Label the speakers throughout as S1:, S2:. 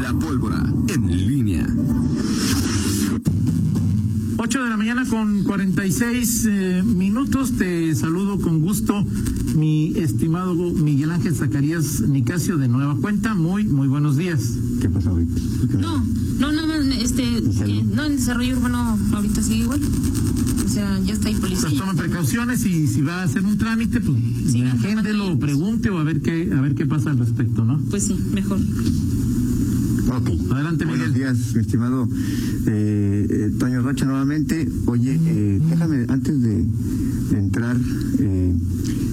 S1: La pólvora en línea.
S2: 8 de la mañana con 46 eh, minutos. Te saludo con gusto, mi estimado Miguel Ángel Zacarías Nicasio, de nueva cuenta. Muy, muy buenos días.
S3: ¿Qué pasa ahorita? ¿Qué
S4: No, no, nada más, este, que no, en desarrollo urbano ahorita sigue igual. O sea, ya está ahí
S2: Pues
S4: policía.
S2: tomen precauciones y si va a hacer un trámite, pues
S4: Sí,
S2: la
S4: no,
S2: gente
S4: no,
S2: lo
S4: no.
S2: pregunte o a ver qué, a ver qué pasa al respecto, ¿no?
S4: Pues sí, mejor.
S3: Ok.
S2: pues, Adelante, Miguel.
S3: Buenos días, mi estimado eh, eh, Toño Rocha, nuevamente. Oye, eh, déjame, antes de, de entrar, eh,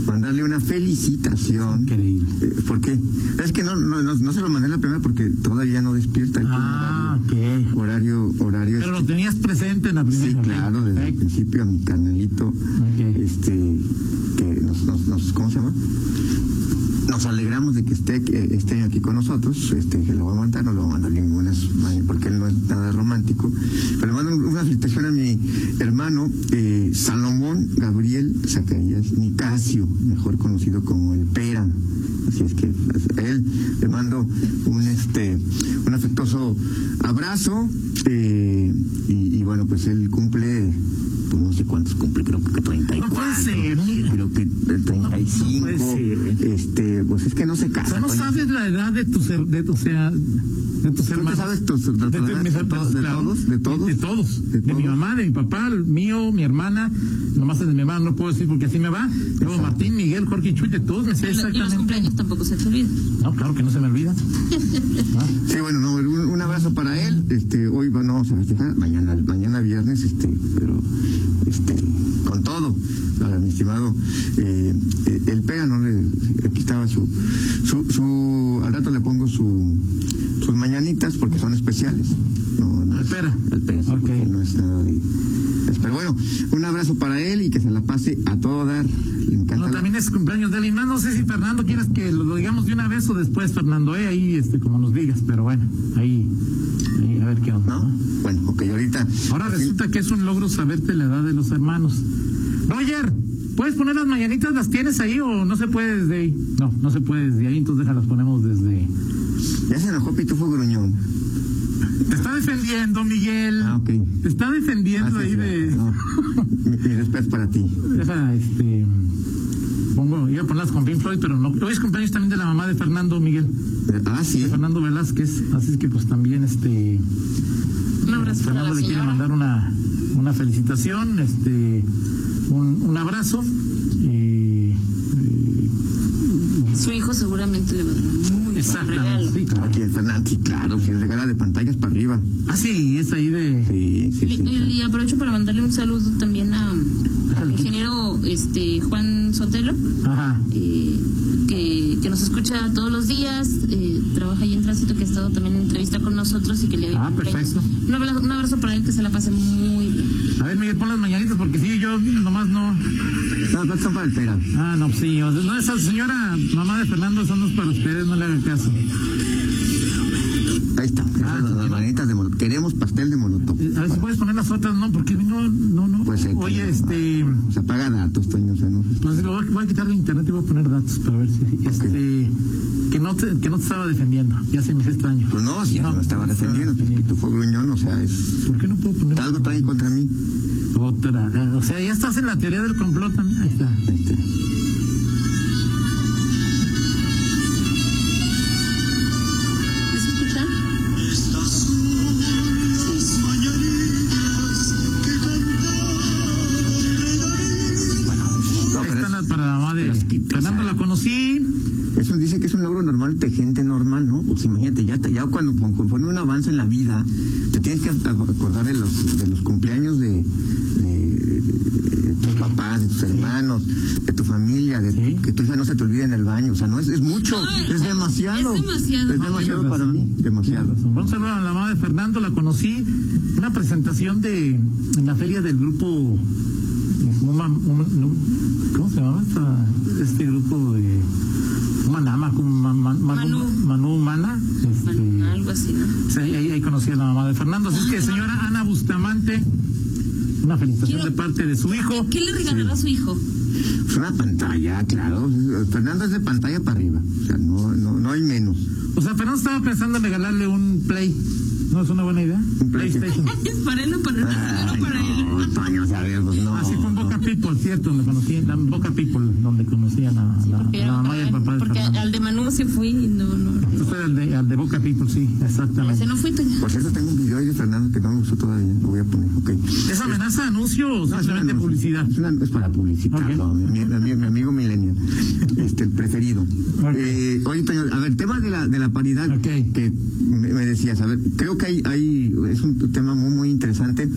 S3: mandarle una felicitación.
S2: Increíble.
S3: Eh, ¿Por qué? Es que no, no, no, no se lo mandé en la primera porque todavía no despierta. aquí en
S2: Ah, ok.
S3: horario, horario, horario
S2: Pero lo tenías presente en la primera.
S3: Este- Sí, claro, desde el
S2: Perfecto.
S3: principio a mi canalito, este, que nos, nos, nos- ¿cómo se llama? Nos alegramos de que esté, que esté aquí con nosotros, este, que lo va a mandar, no lo va a mandar ninguna, porque él no es nada romántico. Pero mando una felicitación a mi hermano eh, Salomón Gabriel Zacarías Nicasio, mejor conocido como el Pera. Así es que pues, a él le mando un este un afectuoso abrazo eh, y, y bueno pues él cumple pues no sé cuántos cumple creo que 34
S2: No puede ser, mira.
S3: creo que eh, 35
S2: puede ser.
S3: este pues es que no se
S2: O sea,
S3: casa
S2: no
S3: Toño.
S2: sabes la edad de tus, her- de, o sea, de tus
S3: ¿Tú te
S2: hermanos.
S3: sabes tus- de tus
S2: De- de
S3: hermanos,
S2: mis
S3: de todos, de
S2: claro.
S3: todos, de todos?
S2: De todos.
S3: De
S2: De mi
S3: todos.
S2: mamá, de mi papá, el mío, mi hermana. Nomás es de mi hermana, no puedo decir porque así me va. Luego
S3: Exacto.
S2: Martín, Miguel, Jorge y Chuy, de todos me sé
S4: Y lo- Y los
S2: exactamente.
S4: cumpleaños tampoco se te olvida.
S2: No, claro que no se me olvida. Ah.
S3: Sí, bueno, no, un, un abrazo para él. Este, hoy va- no vamos a festejar, mañana, mañana viernes, este, pero este, con todo, a mi estimado, eh, eh, el pega no le aquí estaba su, su, su- al rato le pongo su, sus mañanitas porque son especiales. No, no
S2: Al
S3: es-
S2: Pera.
S3: Al Pera, sí,
S2: Ok.
S3: porque no es nada de- es- Pero bueno, un abrazo para él y que se la pase a todo dar. Le encanta
S2: No,
S3: la-
S2: también es cumpleaños de alguien más. No sé si Fernando quieres que lo, lo digamos de una vez o después, Fernando. Eh, ahí, este, como nos digas, pero bueno, ahí, ahí a ver qué onda.
S3: ¿No?
S2: ¿no?
S3: Bueno, ok, ahorita.
S2: Ahora
S3: así-
S2: resulta que es un logro saberte la edad de los hermanos. Roger, ¿puedes poner las mañanitas? ¿Las tienes ahí o no se puede desde ahí? No, no se puede desde ahí, entonces déjalas ponemos desde.
S3: Ya se enojó Pitufo Gruñón.
S2: Te está defendiendo, Miguel.
S3: Ah, ok.
S2: Te está defendiendo
S3: Ah, sí,
S2: ahí de.
S3: sí, no. Mi, mi respeto para ti.
S2: Deja, este. Pongo, iba a ponerlas con Pink Floyd, pero no. Hoy es cumpleaños también de la mamá de Fernando, Miguel.
S3: Ah,
S2: De
S3: sí.
S2: Fernando Velázquez. Así es que, pues también, este.
S4: Un abrazo para
S2: Fernando
S4: la
S2: Pues le quiere
S4: señora.
S2: mandar una, una felicitación, este, un, un abrazo. eh, eh,
S4: Su hijo seguramente le va a dar muy buen
S2: exactamente.
S4: regalo.
S2: sí, claro.
S3: Ah, Aquí el Fernández, sí, claro, que regala de pantallas para arriba.
S2: Ah, sí, es ahí de.
S3: Sí, sí,
S4: Y,
S3: sí.
S4: y aprovecho para mandarle un saludo también a- al ingeniero este, Juan Sotelo,
S2: Ajá.
S4: eh, que, que nos escucha todos los días, eh, trabaja ahí en tránsito, que ha estado también en entrevista con nosotros y que le
S2: Ah,
S4: cumpleaños.
S2: perfecto.
S4: Un abrazo, un abrazo para él, que se la pase muy bien.
S2: A ver, Miguel, pon las mañanitas porque sí, yo nomás no.
S3: No, no son para el pera.
S2: Ah, no, pues sí. o sea, No, esa señora mamá de Fernando, son dos para ustedes, no le hagan caso.
S3: Ahí está. Esas son las manitas de Molotov. Queremos pastel de molotov.
S2: Eh, A ver si puedes poner las otras, no, porque no, no, no.
S3: Pues, eh,
S2: Oye,
S3: que-
S2: este.
S3: O sea, paga datos, Toño. O sea, no.
S2: Pues lo voy a- voy a quitar de internet y voy a poner datos para ver si. Este. Que no te, que no te estaba defendiendo. Ya se me hace extraño.
S3: Pues no, si no, me estaba defendiendo. Pues, Pitufo Gruñón, o sea, es.
S2: ¿Por qué no puedo poner
S3: Algo traen contra mí.
S2: otra? Ah, O sea, ya estás en la teoría del complot también. Ahí está.
S3: Este.
S4: ¿Les escucha?
S3: No,
S2: Ahí
S3: pero
S2: están
S3: es-
S2: las para la mamá de.
S3: pero es que-
S2: Fernando
S3: o sea,
S2: la conocí.
S3: Eso dice que es un logro normal de gente normal, ¿no? Pues imagínate, ya, te- ya cuando con- conforme uno avanza en la vida, te tienes que ac- acordar de los, de los cumpleaños de, de- de tus papás, de tus hermanos, de tu familia, de
S2: Sí.
S3: que tu hija no se te olvide en el baño. O sea, no es, es mucho,
S4: No,
S3: es demasiado.
S4: es demasiado.
S3: Es
S4: No,
S3: demasiado
S2: tienes
S3: para
S2: razón.
S3: mí, demasiado.
S2: Un saludo a la mamá de Fernando, la conocí. Una presentación de en la feria del grupo. Uma- Uma- no, ¿Cómo se llama esta- este grupo de Manama? como Ma- Ma- Manu,
S4: Manu.
S2: Manu Humana. este,
S4: Bueno, algo así, ¿no?
S2: sí, ahí, ahí conocí a la mamá de Fernando. Así es que, señora Ana Bustamante, una felicitación
S4: Quiero-
S2: de parte de su hijo.
S4: ¿Qué le regalaba a su hijo?
S3: Fue Una pantalla, claro. Fernando es de pantalla para arriba. O sea, no, no, no hay menos.
S2: O sea, Fernando estaba pensando en regalarle un Play. ¿No es una buena idea?
S3: Un Play.
S2: PlayStation.
S4: ¿Es para él o para él?
S3: Ay,
S4: o para él?
S3: no, Toño, sabes, pues no.
S2: Así Ah, con Boca People, cierto, donde conocí, en Boca People, donde conocí a la, la-
S4: Porque,
S2: la
S4: era
S2: mamá
S4: para
S2: y el
S4: él,
S2: papá de
S4: porque
S2: Fernando.
S4: al de Manu se fue y no, no.
S2: Usted era el de, al de Boca People, sí, exactamente.
S4: Ese no fue tan...
S3: Por cierto, Pues tengo un video ahí de Fernando que no me gustó todavía. Lo voy a poner, ok.
S2: ¿Es amenaza, anuncio o
S3: No, es una
S2: simplemente
S3: anuncio.
S2: publicidad?
S3: Es, una- es para publicitarlo.
S2: Ok.
S3: Mi, mi- mi amigo Milenio, este, el preferido.
S2: Ok.
S3: Eh, oye, Toño, a ver, tema de la, de la paridad
S2: Ok.
S3: que me, me decías. A ver, creo que hay, hay es un tema muy, muy interesante.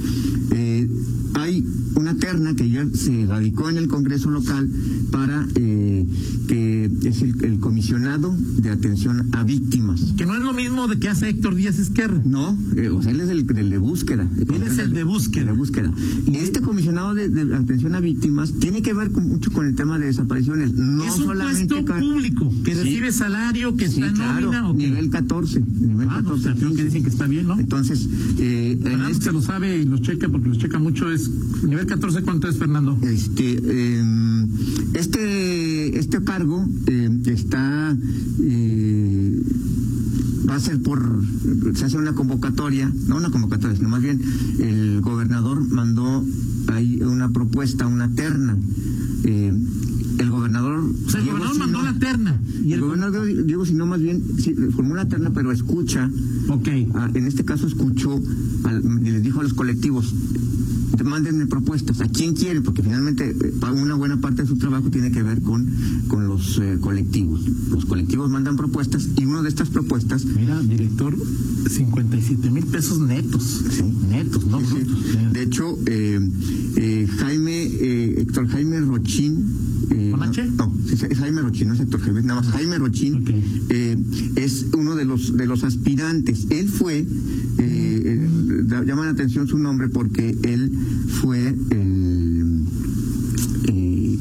S3: Eh, hay una terna que ya se radicó en el Congreso local para eh, que es el, el comisionado de atención a víctimas.
S2: Que no es lo mismo de que hace Héctor Díaz Esquerra.
S3: No, eh, o sea, él es el, el de búsqueda.
S2: Él es el de búsqueda.
S3: De búsqueda. Este comisionado de, de atención a víctimas tiene que ver con- mucho con el tema de desapariciones. No
S2: es un
S3: solamente
S2: puesto
S3: con-
S2: público que
S3: Sí.
S2: recibe salario, que
S3: Sí,
S2: está en
S3: claro,
S2: nómina o que...
S3: nivel 14. Nivel
S2: Ah, no, o
S3: 14,
S2: sea, creo que
S3: 15.
S2: dicen que está bien, ¿no?
S3: Entonces, eh, en
S2: Fernando
S3: este,
S2: se lo sabe y lo checa porque lo checa mucho. Es nivel 14, ¿cuánto es, Fernando?
S3: este, eh, este, este cargo eh, está. eh, va a ser por se hace una convocatoria, no una convocatoria, sino más bien el gobernador mandó ahí una propuesta, una terna. Eh, el gobernador
S2: O sea, el
S3: Diego
S2: gobernador mandó
S3: Sinó-
S2: la terna. Y
S3: el
S2: el...
S3: gobernador Diego Sinó más bien sí, formó una terna, pero escucha
S2: Ok.
S3: Ah, en este caso escuchó al- y les dijo a los colectivos "Te- mándenme propuestas a quién quiere porque finalmente eh, pa- una buena parte de su trabajo tiene que ver con con los eh, colectivos los colectivos mandan propuestas y una de estas propuestas
S2: Mira, director, 57 mil pesos netos.
S3: Sí.
S2: Netos, no
S3: Sí.
S2: brutos.
S3: de hecho eh, eh, Jaime eh, Héctor Jaime Rochín eh,
S2: ¿Con H?
S3: no, sí, sí, es Jaime Rochín no es Héctor Jaime nada más Jaime Rochín
S2: Ok.
S3: eh, es uno de los de los aspirantes él fue eh, eh, da- llama la atención su nombre porque él fue el eh,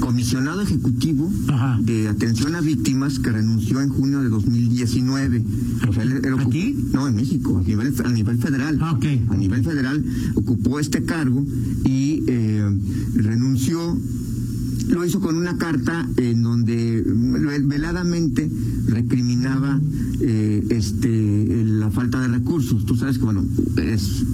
S3: comisionado ejecutivo
S2: Ajá.
S3: de atención a víctimas que renunció en junio de 2019 O sea, él era-
S2: ¿Aquí? ¿Aquí?
S3: no, en México, a nivel, a nivel federal.
S2: Ah, ok.
S3: A nivel federal ocupó este cargo y eh, renunció. Lo hizo con una carta en donde vel- veladamente recriminaba eh, este, la falta de recursos. Tú sabes que, bueno, es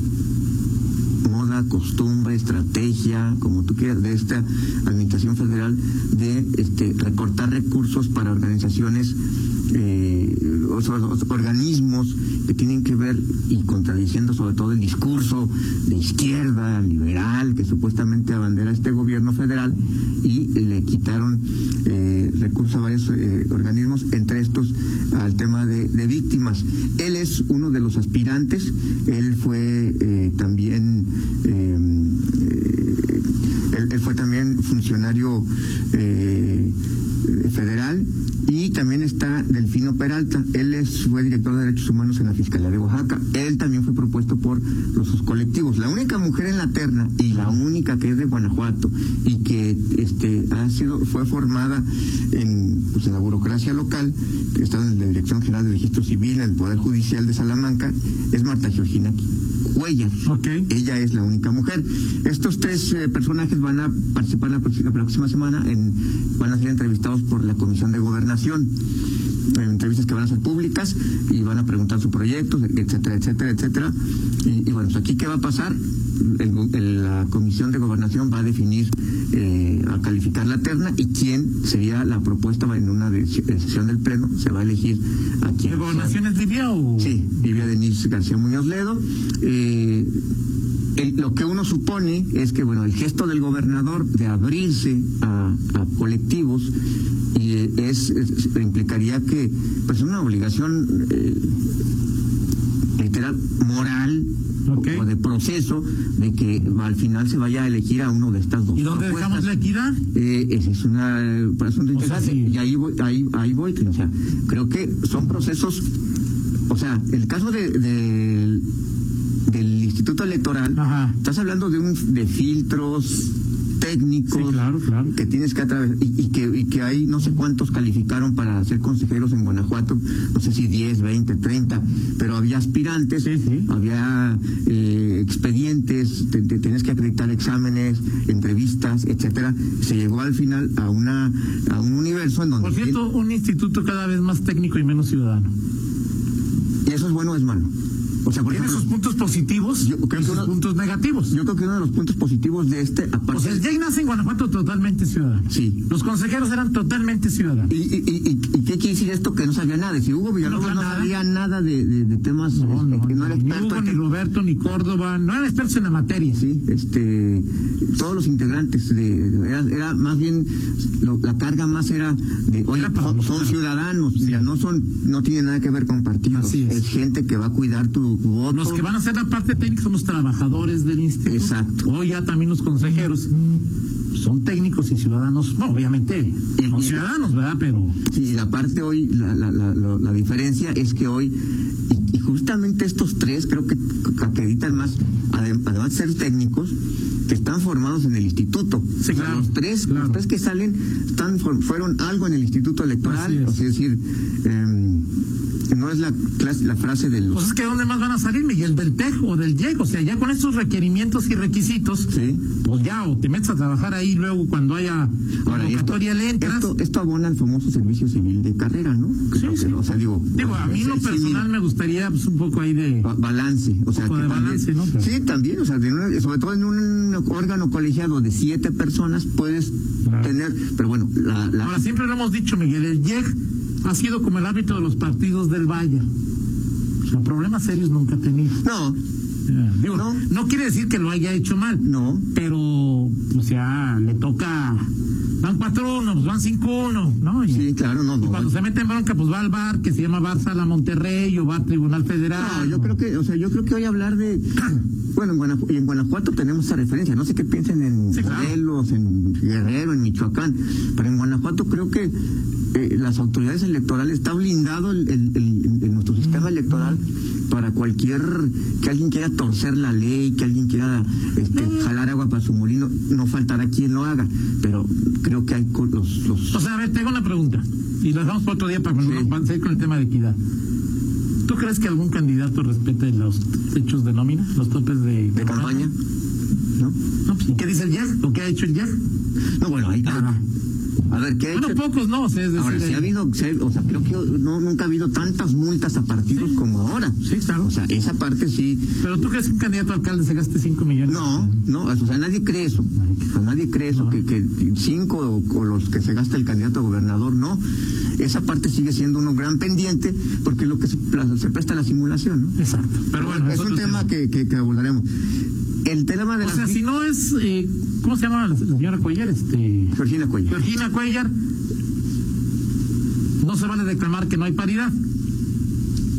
S3: moda, costumbre, estrategia, como tú quieras, de esta administración federal de este, recortar recursos para organizaciones, eh, o sea, los organismos que tienen que ver y contradiciendo sobre todo el discurso de izquierda, liberal, que supuestamente abandera este gobierno federal y le quitaron eh, recursos a varios eh, organismos, entre estos al tema de, de víctimas. Él es uno de los aspirantes, él fue eh, también eh, eh, él, él fue también funcionario eh, eh, federal y también está Delfino Peralta, él es, fue director de Derechos Humanos en la Fiscalía de Oaxaca, él también fue propuesto por los sus colectivos, la única mujer en la terna y la única que es de Guanajuato y que este ha sido fue formada en, pues, en la burocracia local, que está en la Dirección General de Registro Civil, en el Poder Judicial de Salamanca, es Marta Georgina Cuellar.
S2: Ok.
S3: Ella es la única mujer. Estos tres eh, personajes van a participar la, prox- la próxima semana, en, van a ser entrevistados por la Comisión de Gobernación. Eh, Entrevistas que van a ser públicas y van a preguntar sus proyectos, etcétera, etcétera, etcétera. Y, y bueno, pues aquí qué va a pasar. El go- el- la Comisión de Gobernación va a definir, eh, a calificar la terna y quién sería la propuesta en una de- sesión del Pleno. Se va a elegir a quién.
S2: ¿De gobernación es Libia o...?
S3: eh, Sí, Livia Denise García Muñoz Ledo. Eh, el- lo que uno supone es que, bueno, el gesto del gobernador de abrirse a, a colectivos y, eh, es, es- implicaría que, pues, una obligación eh, literal, moral
S2: Ok.
S3: o de proceso de que al final se vaya a elegir a uno de estas dos
S2: ¿Y dónde dejamos
S3: propuestas.
S2: la equidad?
S3: Eh, esa es una eh, asunto
S2: O sea,
S3: interesante.
S2: sí.
S3: Y ahí voy, ahí, ahí voy. O sea, creo que son procesos. O sea, el caso de, de- del Instituto Electoral,
S2: Ajá.
S3: estás hablando de, un, de filtros técnicos
S2: Sí, claro, claro.
S3: que tienes que atravesar y, y que, y que hay no sé cuántos calificaron para ser consejeros en Guanajuato, no sé si 10, 20, 30, pero había aspirantes,
S2: Sí, sí.
S3: había pues, eh, expedientes, te, te tenías que acreditar exámenes, entrevistas, etcétera. Se llegó al final a una a un universo en donde
S2: Por cierto, un instituto cada vez más técnico y menos ciudadano.
S3: y eso es bueno o es malo. O sea, por
S2: Tiene
S3: ejemplo,
S2: sus puntos positivos
S3: Yo creo
S2: y
S3: que
S2: sus
S3: uno-
S2: puntos negativos.
S3: yo creo que uno de los puntos positivos de este aparte
S2: o sea, ya nace en Guanajuato totalmente ciudadano.
S3: Sí.
S2: Los consejeros eran totalmente ciudadanos.
S3: ¿Y, y, y, y- y qué quiere decir esto? Que no sabía nada. Si Hugo Villalobos
S2: No,
S3: no,
S2: nada.
S3: sabía nada de, de- de temas,
S2: No,
S3: este,
S2: no,
S3: que no
S2: no,
S3: era
S2: ni
S3: experto.
S2: Hugo,
S3: en
S2: ni
S3: tec-
S2: Roberto, ni Córdoba, no eran expertos en la materia.
S3: Sí, este, todos los integrantes, de, era, era más bien, lo- la carga más era de, oye,
S2: Era para
S3: son,
S2: los
S3: son
S2: ciudadanos.
S3: ciudadanos, mira, no son, no tiene nada que ver con partidos,
S2: Así es.
S3: es. gente que va a cuidar tu tu voto.
S2: Los que van a hacer la parte técnica son los trabajadores del instituto.
S3: Exacto.
S2: O ya también los consejeros. Son técnicos y ciudadanos. Bueno, obviamente.
S3: Y-
S2: Son
S3: y-
S2: ciudadanos, ¿verdad? Pero.
S3: Sí, y la parte hoy, la, la, la, la- la diferencia es que hoy, y, y justamente estos tres creo que c- acreditan más, adem- además de ser técnicos, que están formados en el instituto.
S2: Sí,
S3: O sea,
S2: claro,
S3: los, tres,
S2: claro.
S3: los tres que salen están, for- fueron algo en el instituto
S2: Así
S3: electoral,
S2: es.
S3: es. decir, em, no es la, clas- la frase de los...
S2: Pues es que ¿dónde más van a salir, Miguel? Del TEC o del YEC. O sea, ya con estos requerimientos y requisitos,
S3: Sí.
S2: pues ya o te metes a trabajar ahí luego cuando haya
S3: Ahora, esto,
S2: convocatoria le entras.
S3: esto, esto abona al famoso servicio civil de carrera, ¿no? Creo que,
S2: sí.
S3: O sea, digo,
S2: Digo, a mí en lo
S3: sí, mira,
S2: personal me gustaría pues, un poco ahí de...
S3: Ba- balance, o sea,
S2: Ojo de balance,
S3: también,
S2: ¿no? Pero-
S3: sí, también, o sea, de una- sobre todo en un órgano colegiado de siete personas puedes
S2: Claro.
S3: tener, pero bueno, la, la-
S2: Ahora, siempre lo hemos dicho, Miguel, el YEC ha sido como el árbitro de los partidos del Valle. O sea, problemas serios nunca ha tenido.
S3: no,
S2: Eh, Digo, no.
S3: No.
S2: quiere decir que lo haya hecho mal.
S3: No.
S2: Pero, o sea, le toca... Van 4-1, pues van 5-1, ¿no? Y-
S3: sí, claro, no,
S2: Y
S3: no.
S2: cuando se mete en bronca, pues va al bar que se llama Bar Sala Monterrey o va al Tribunal Federal.
S3: No, Ah, yo creo que, o sea, yo creo que hoy hablar de, bueno, en Guanajuato, y en Guanajuato tenemos esa referencia, no sé qué piensen en
S2: Sí, claro.
S3: Morelos, en Guerrero, en Michoacán, pero en Guanajuato creo que eh, las autoridades electorales está blindado el, el- el- el- nuestro sistema electoral para cualquier que alguien quiera torcer la ley, que alguien quiera este,
S2: Mm.
S3: jalar agua para su molino, no faltará quien lo haga, pero creo que hay co- los, los
S2: O sea, a ver, tengo una pregunta. Y la dejamos para otro día para
S3: Sí.
S2: para seguir con el tema de equidad. ¿Tú crees que algún candidato respete los hechos de nómina, los topes de,
S3: de campaña, ¿no?
S2: No, pues, ¿y ¿Qué dice el jazz? ¿Lo que ha hecho el jazz?
S3: No, bueno, ahí
S2: Nada.
S3: A ver, ¿qué ha
S2: Bueno,
S3: hecho?
S2: pocos no, o sea, es decir...
S3: Ahora, sí
S2: eh,
S3: ha habido, sí ha- o sea, creo que no, nunca ha habido tantas multas a partidos como ahora.
S2: Sí, claro.
S3: O sea, esa parte sí.
S2: Pero tú crees que un candidato a alcalde se gaste 5 millones.
S3: No, no, o sea, nadie cree eso. O sea, nadie cree eso, que, que cinco o, o los que se gasta el candidato a gobernador, no. Esa parte sigue siendo un gran pendiente porque es lo que se, pla- se presta a la simulación, ¿no?
S2: Exacto. Pero bueno,
S3: es un
S2: otro
S3: tema que, que, que abordaremos. El tema de
S2: O
S3: las
S2: sea, si no es... eh, ¿Cómo se llama la señora Cuellar? Este...
S3: Georgina Cuellar.
S2: Georgina Cuellar, no se vale declamar que no hay paridad.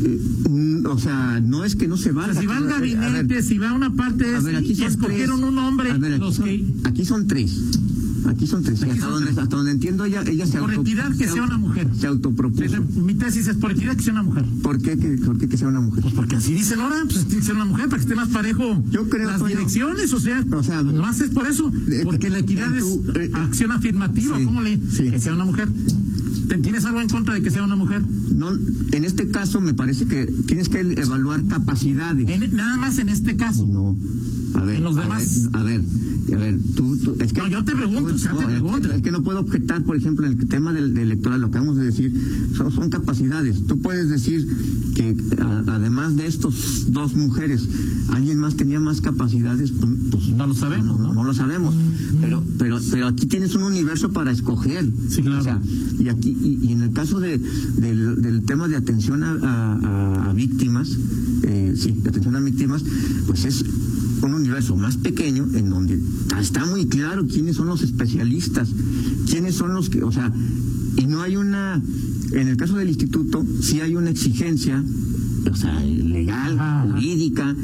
S3: Eh, mm, o sea, no es que no se
S2: O
S3: valga.
S2: sea, si va el
S3: A ver, a ver.
S2: gabinete, si va una parte,
S3: A
S2: es,
S3: ver, aquí
S2: y
S3: son
S2: escogieron
S3: tres.
S2: un hombre,
S3: A ver, aquí,
S2: los
S3: son,
S2: que...
S3: aquí son tres. Aquí son tres.
S2: Aquí
S3: hasta,
S2: son
S3: donde,
S2: tres.
S3: hasta donde entiendo, ella, ella se
S2: Por
S3: auto-
S2: equidad que
S3: se
S2: sea
S3: auto-
S2: una mujer.
S3: Se autopropuso.
S2: Mi tesis es por equidad que sea una mujer.
S3: ¿Por qué, que, por qué que sea una mujer?
S2: Pues porque así dicen ahora, pues tiene que ser una mujer para que esté más parejo
S3: Yo creo,
S2: las
S3: Toño.
S2: direcciones, o sea,
S3: O sea,
S2: más es por eso,
S3: eh,
S2: porque la equidad
S3: en tu-
S2: es
S3: eh,
S2: acción afirmativa,
S3: sí,
S2: ¿cómo le?
S3: sí.
S2: Que sea una mujer. ¿Te- ¿Tienes algo en contra de que sea una mujer?
S3: No, en este caso, me parece que tienes que evaluar capacidades.
S2: En- nada más en este caso.
S3: No. A ver,
S2: En los
S3: a
S2: demás.
S3: ver, A ver, a ver, tú, tú- es que
S2: No, yo te pregunto, o sea, te
S3: es-
S2: pregunto.
S3: Es que no puedo objetar, por ejemplo, en el tema del, del electoral, lo que vamos a decir, son, son capacidades. Tú puedes decir que a- además de estos dos mujeres, alguien más tenía más capacidades, pues, pues,
S2: No lo sabemos, ¿no?
S3: no lo sabemos, pero, pero, pero aquí tienes un universo para escoger.
S2: Sí, claro.
S3: O sea, y aquí, y, y en el caso de, del, del tema de atención a, a- a- a víctimas, eh, sí, de atención a víctimas, pues es un universo más pequeño en donde ta- está muy claro quiénes son los especialistas, quiénes son los que, o sea, y no hay una, en el caso del instituto, sí hay una exigencia, o sea, legal,
S2: Ajá, ajá.
S3: jurídica,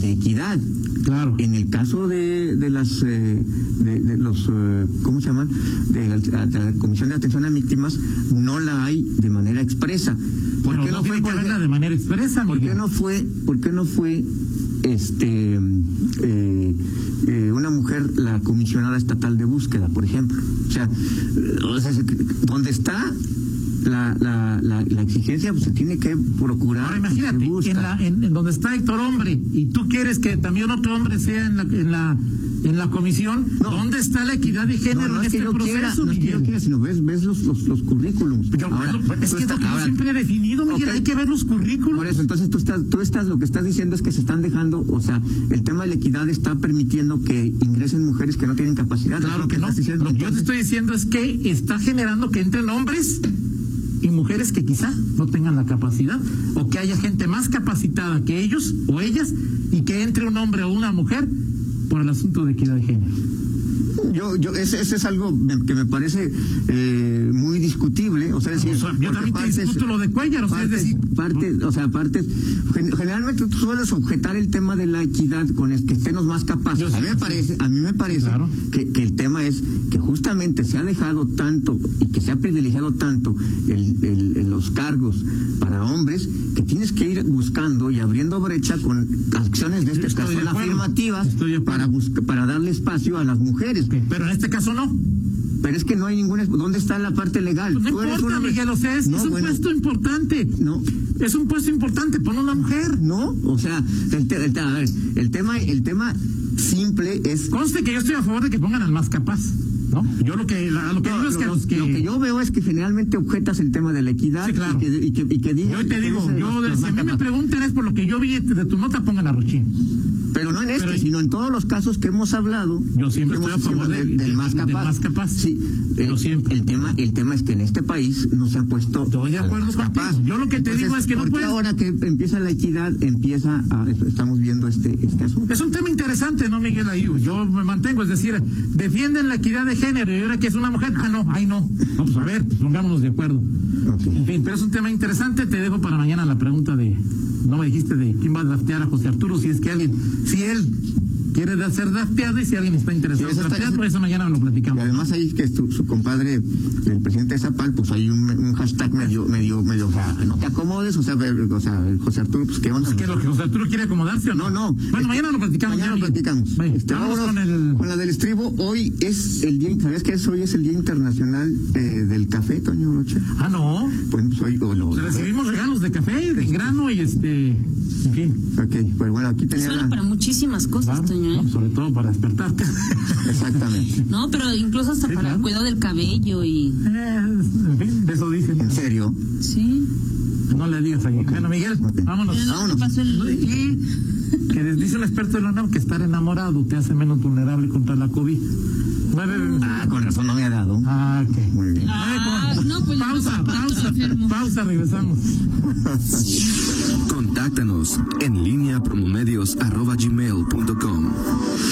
S3: de equidad.
S2: Claro.
S3: En el caso de, de las eh, de, de los eh, ¿cómo se llaman? De la, de la Comisión de Atención a Víctimas no la hay de manera expresa. ¿Por
S2: Pero
S3: qué
S2: no,
S3: no, fue
S2: tiene que
S3: por,
S2: verla de manera expresa,
S3: por qué
S2: Miguel.
S3: no fue por qué no fue este eh, eh, una mujer mujer la comisionada estatal de búsqueda, por ejemplo. O sea, o sea donde está la, la, la, la, exigencia pues, se tiene que procurar.
S2: Ahora imagínate, en, la, en, en, donde está Héctor Hombre, y tú quieres que también otro hombre sea en la, en la, en la comisión, no. ¿dónde está la equidad de género no, no en es este que proceso,
S3: quiera, pues,
S2: Miguel?
S3: No es que yo sino ves, ves los, los, los currículums.
S2: Yo, ahora, es que es lo que ahora, yo siempre he definido, Miguel, okay. hay que ver los currículums.
S3: Por eso, entonces tú estás, tú estás, lo que estás diciendo es que se están dejando, o sea, el tema de la equidad está permitiendo que ingresen mujeres que no tienen capacidad.
S2: Ah, Claro que no. Diciendo, lo que yo te estoy diciendo es que está generando que entren hombres y mujeres que quizá no tengan la capacidad o que haya gente más capacitada que ellos o ellas y que entre un hombre o una mujer por el asunto de equidad de género.
S3: Yo, yo, ese, ese es algo que me parece eh, muy discutible. O sea, es decir,
S2: o sea, yo también partes, te discuto lo de Cuellar, o sea,
S3: partes,
S2: es decir.
S3: Partes, o sea, partes. Generalmente tú sueles objetar el tema de la equidad con el que estemos más capaces. Yo a mí sí, me parece, a mí me parece claro. que, que, el tema es que justamente se ha dejado tanto y que se ha privilegiado tanto el, el, el, los cargos para hombres que tienes que ir buscando y abriendo brecha con acciones de este caso de afirmativas para, busca, pues, para darle espacio a las mujeres.
S2: Pero en este caso no.
S3: Pero es que no hay ninguna. ¿Dónde está la parte legal?
S2: Pues no Tú importa, una... Miguel, o sea, es, no, es un bueno, puesto importante.
S3: No.
S2: Es un puesto importante, pon una mujer.
S3: No, o sea, el, te, el, te, a ver, el tema, el tema simple es.
S2: Conste que yo estoy a favor de que pongan al más capaz. ¿No? Yo lo que, la, lo que no, digo es que,
S3: lo,
S2: que...
S3: Lo que yo veo es que generalmente objetas el tema de la equidad
S2: sí, claro.
S3: y, que, y, que, y que digan,
S2: Yo te digo, yo, los, si a mí me preguntan es por lo que yo vi de tu nota, pongan a Rochín.
S3: Pero no en este, Pero, sino en todos los casos que hemos hablado.
S2: Yo siempre estoy a favor de,
S3: del,
S2: de,
S3: más capaz.
S2: Del más capaz.
S3: Sí, el, yo siempre. El tema, el tema es que en este país no se ha puesto.
S2: Estoy de acuerdo capaz. Yo lo que Entonces, te digo es que no puedes.
S3: Ahora que empieza la equidad, empieza a, estamos viendo este, este asunto.
S2: Es un tema interesante, ¿no, Miguel Ayú? Yo me mantengo, es decir, defienden la equidad de género y ahora que es una mujer, ah, no, ahí no. Vamos a ver, pongámonos de acuerdo. Okay. En fin, pero es un tema interesante. Te dejo para mañana la pregunta de. No me dijiste de quién va a draftear a José Arturo, si es que alguien, si él quiere hacer drafteado y si alguien está interesado en draftear, por eso mañana lo platicamos.
S3: Y además ahí que su, su compadre, el presidente Zapal, pues hay un, un hashtag medio, medio, medio, o sea, no te acomodes, o sea, o sea José Arturo, pues qué onda.
S2: ¿Es que lo que José Arturo quiere acomodarse o no?
S3: No, no.
S2: Bueno, es, mañana lo platicamos.
S3: Mañana lo platicamos.
S2: Vaya, este, vámonos,
S3: con, el... con la del estribo, hoy es el día, ¿sabes qué es? Hoy es el Día Internacional eh, del Café, Toño Rocha.
S2: Ah, no.
S3: Pues hoy o
S2: lo, Recibimos regalos de café, de grano y este, en fin.
S3: Ok, pues bueno, aquí tenía
S4: Solo la... para muchísimas cosas, ¿Vale? Toño. ¿eh?
S2: No, sobre todo para despertarte.
S3: Exactamente.
S4: No, pero incluso hasta sí, para claro. el cuidado del cabello y.
S2: Eh, en fin, de eso dicen.
S3: ¿En serio?
S4: Sí.
S2: No le digas ahí. Okay. Bueno, Miguel, okay. vámonos.
S4: Pero vámonos. El...
S2: Y que les dice el experto de la UNAM que estar enamorado te hace menos vulnerable contra la COVID.
S3: Nueve... Ah, con razón no me ha dado.
S2: Ah, ok.
S4: Muy
S3: Mm.
S4: bien. Mm. Ah, Nueve, no, pues
S2: pausa, pausa, pausa, regresamos.
S1: Contáctanos en línea promomedios.com